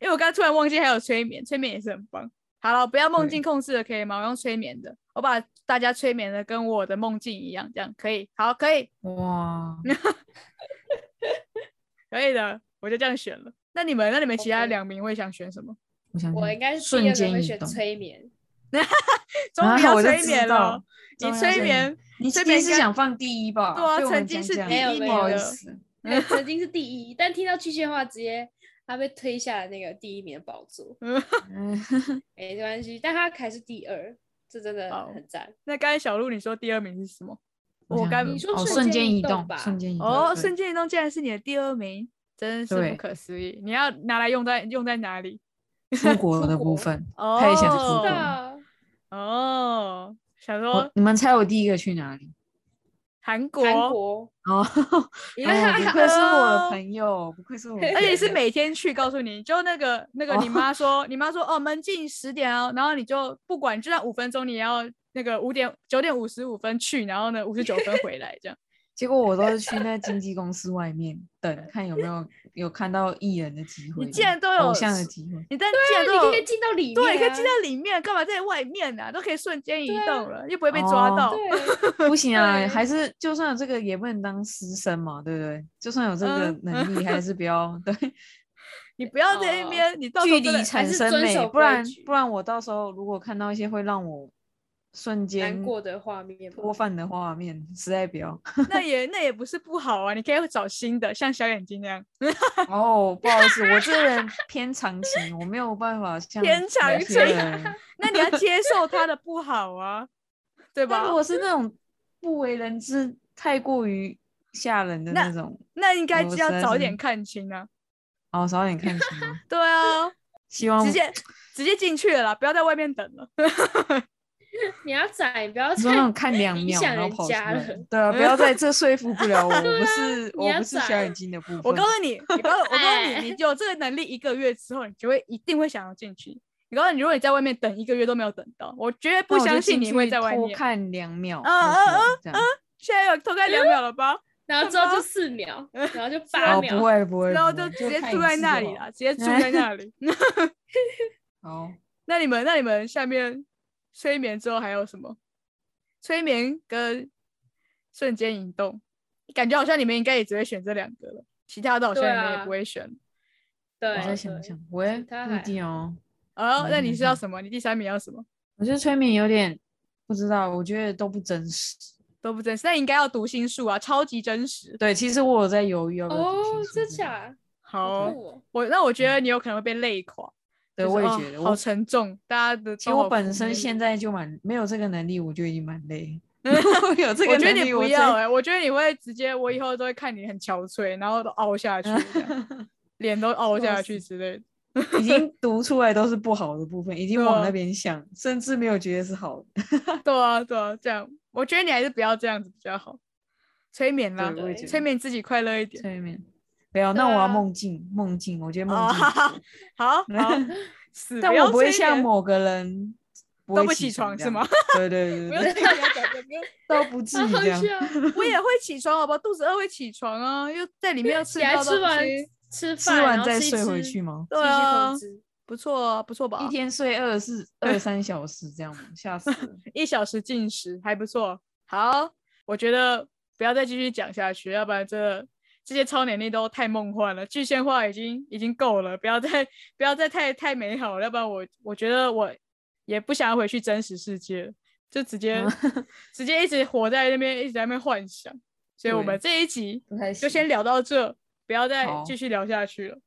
因为我刚刚突然忘记还有催眠，催眠也是很棒。好了，不要梦
对
境控制的可以吗？我用催眠的，我把大家催眠的跟我的梦境一样，这样可以？好，可以，
哇？
可以的，我就这样选了。那你们，那你们其他
OK
两名会想选什 么？
我想
我
想
应该是第
嗯瞬
二个
间
会
移
选
动。
催眠，
终
啊
于要
我就
催
知
眠了
道，
你
终于要
催
催
眠
眠，你
催
这
眠
边
应
是
该
想放第一吧？
对啊
被我们
曾经
讲
是
讲
第
一
不
名
好意
的
思，
对曾经是第一，但听到具现化，直接他被推下了那个第一名的宝座，
嗯，
没关系，但他还是第二，这真的
好
很赞。
那刚才小鹿你说第二名是什么？
我
我
想
该
想
你说
哦
瞬
瞬
间
间
移
移
动
动，
吧
瞬间移动
哦，
对
瞬间移动竟然是你的第二名，真是不
对
可思议！你要拿来用在用在哪里？
出国
出
的部
国
分，
哦，
也想出国
对啊，
哦，想
我
说
你们猜我第一个去哪里？
韩国，
韩国
哦，
一
哎不愧是我的
友，
朋友，不愧是我的朋友，
哦 而且是每天去。告诉你，就那个那个，你
哦
妈说，你妈说，哦，门禁十点哦，然后你就不管，就算五分钟，你也要那个五点九点五十五分去，然后呢五十九分回来，这样。
结果我都是去那经纪公司外面等，看有没有有看到艺人的机会，
竟然都有
偶像的机会，
你但既然
那
都
你
有
可以进到里面、啊，
对，可以进到里面，干嘛在外面啊？都可以瞬间移
对啊
动了，又不会被抓
哦
到。
啊对，
不行啊，
对
还是就算有这个也不能当私生嘛，对不对？就算有这个
嗯
能力，还是不要对
你不要在那
哦
边，你到时
距
候真
离
的
产
是
生
遵
美
守，
不然
规矩
不然我到时候如果看到一些会让我瞬间
难过的画面吧，
脱饭的画面，实在不 要。
那也那也不是不好啊，你可以找新的，像小眼睛那样。
哦，不好意思，我这个人偏长情，我没有办法像
偏
有
长
些
情
人
那 你要接受他的不好啊，对
但
吧
如？果是那种不为人知、太过于吓人的
那
那种，
那应该
我
就
实
要
在
早一
是
点看清啊。
哦，早点看清 哦。
对啊，
希望
直接直接进去了啦，不要在外面等了。
哦
你要宰，不要
你说那种
看，
看两
影
秒
响
然后
人
跑出
家
来
了，
对啊，不要在这说服不了 我，我不是
你
我
要
不是小
宰
眼睛的部分。
我告诉你，你不要，我告诉你，
哎
你有这个能力，一个月之后，你就会一定会想要进去，你告诉你，如果你在外面等一个月都没有等到，我绝对不
那我就
相信
进
你
去
会在外
偷
面。
看两秒，
啊啊啊
这样
现在有偷看两秒了 吧？
然后之 后就四秒，然后就八
哦，
秒，
不会不会，
啊然后
不
就
会
直接
看一
住在
次
那
就
里
好
啦，直接住在那里。
好，
那你们，那你们下面催眠之后还有什么？催眠跟瞬间移动，感觉好像你们应该也只会选这两个了，其他的好像
对
你们也
啊
不会选。
对，
我再
对
想想，我也
他
不一
还
定哦。
哦，那
嗯
你
嗯
是要
嗯
什么？你第三名要什么？
我觉得催眠有点不知道，我觉得都不真实。
都不真实，那应该要读心术啊，超级真实。
对，其实我有在犹豫要不要读
哦
心，术
真
这个
假？
好，
酷哦
我那我觉得你有可能会被累垮。
嗯对，
就是
我也
哦
觉得。
好
我
沉重，大家的。
其实我本身现在就蛮没有这个能力，我就已经蛮 累。 我有这个
我觉得
能
你
力，
不
真
要哎、我觉得你会直接，我以后都会看你很憔悴，然后都凹下去这样， 脸都凹
笑
下
死
去之类的。
已经读出来都是不好的部分，已经
对
往
啊
那边想，甚至没有觉得是好的。
对啊，对啊，这样，我觉得你还是不要这样子比较好。催眠啦
对，我也
对
觉
啊催
得
眠自己快乐一点。
催眠不要，那我要
对啊
梦境，梦境，我觉得梦
哦
境
哈
不
哈
错。
好好，死
但
要
我不会
催
像
眠
某个人不
都
会
不
起
起床
这
是
样
吗？
对对对
不用
对，
自己要啊讲这个 不用
都不至
啊，
于
好
这样。
笑，
我也会起床，好吧，肚子饿会起床啊，又在里面又吃
起
到
来
东
吃完
西，
吃
吃
饭，然
完
后
再
吃一
睡回
吃
去吗？
对
继续
啊
控，制
不错啊，不错吧？
一天睡二 是二三小时这样吗？吓死了！
一小时进食还不错。好，我觉得不要再继续讲下去，要不然这这些超能力都太梦幻了，具现化已经已经够了，不要再不要再太太美好了，要不然我我觉得我也不想要回去真实世界了，就直接、
嗯
直接一直活在那边，一直在那边幻想。所以我们这一集
不太
就
行
先聊到这，不要再
好
继续聊下去了。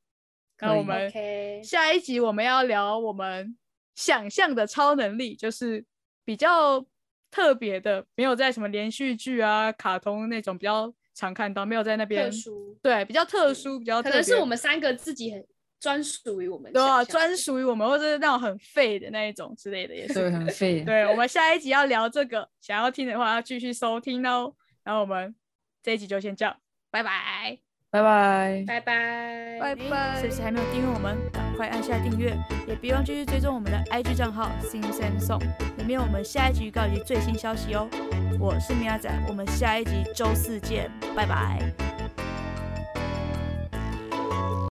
那
可
我
以
们
OK
下一集我们要聊我们想象的超能力，就是比较特别的，没有在什么连续剧啊、卡通那种比较常看到，没有在那
特
边
殊，嗯
对比较特殊、比较
可
特
能是
别
我们三个自己很专属于我们
对
想
啊，
象
专
的
属于我们，或者是那种很废的那一种之类 的，也
对，
是。
很废。
对，我们下一集要聊这个，想要听的话要继续收听哦。然后我们这一集就先这样，拜拜。
拜拜。
拜拜，
拜拜！是不是还没有订阅我们？赶快按下订阅，也别忘继续追踪我们的 IG 账号 Sing Sam Song，里面有我们下一集预告以及最新消息哦。我是米亚仔，我们下一集周四见，拜拜。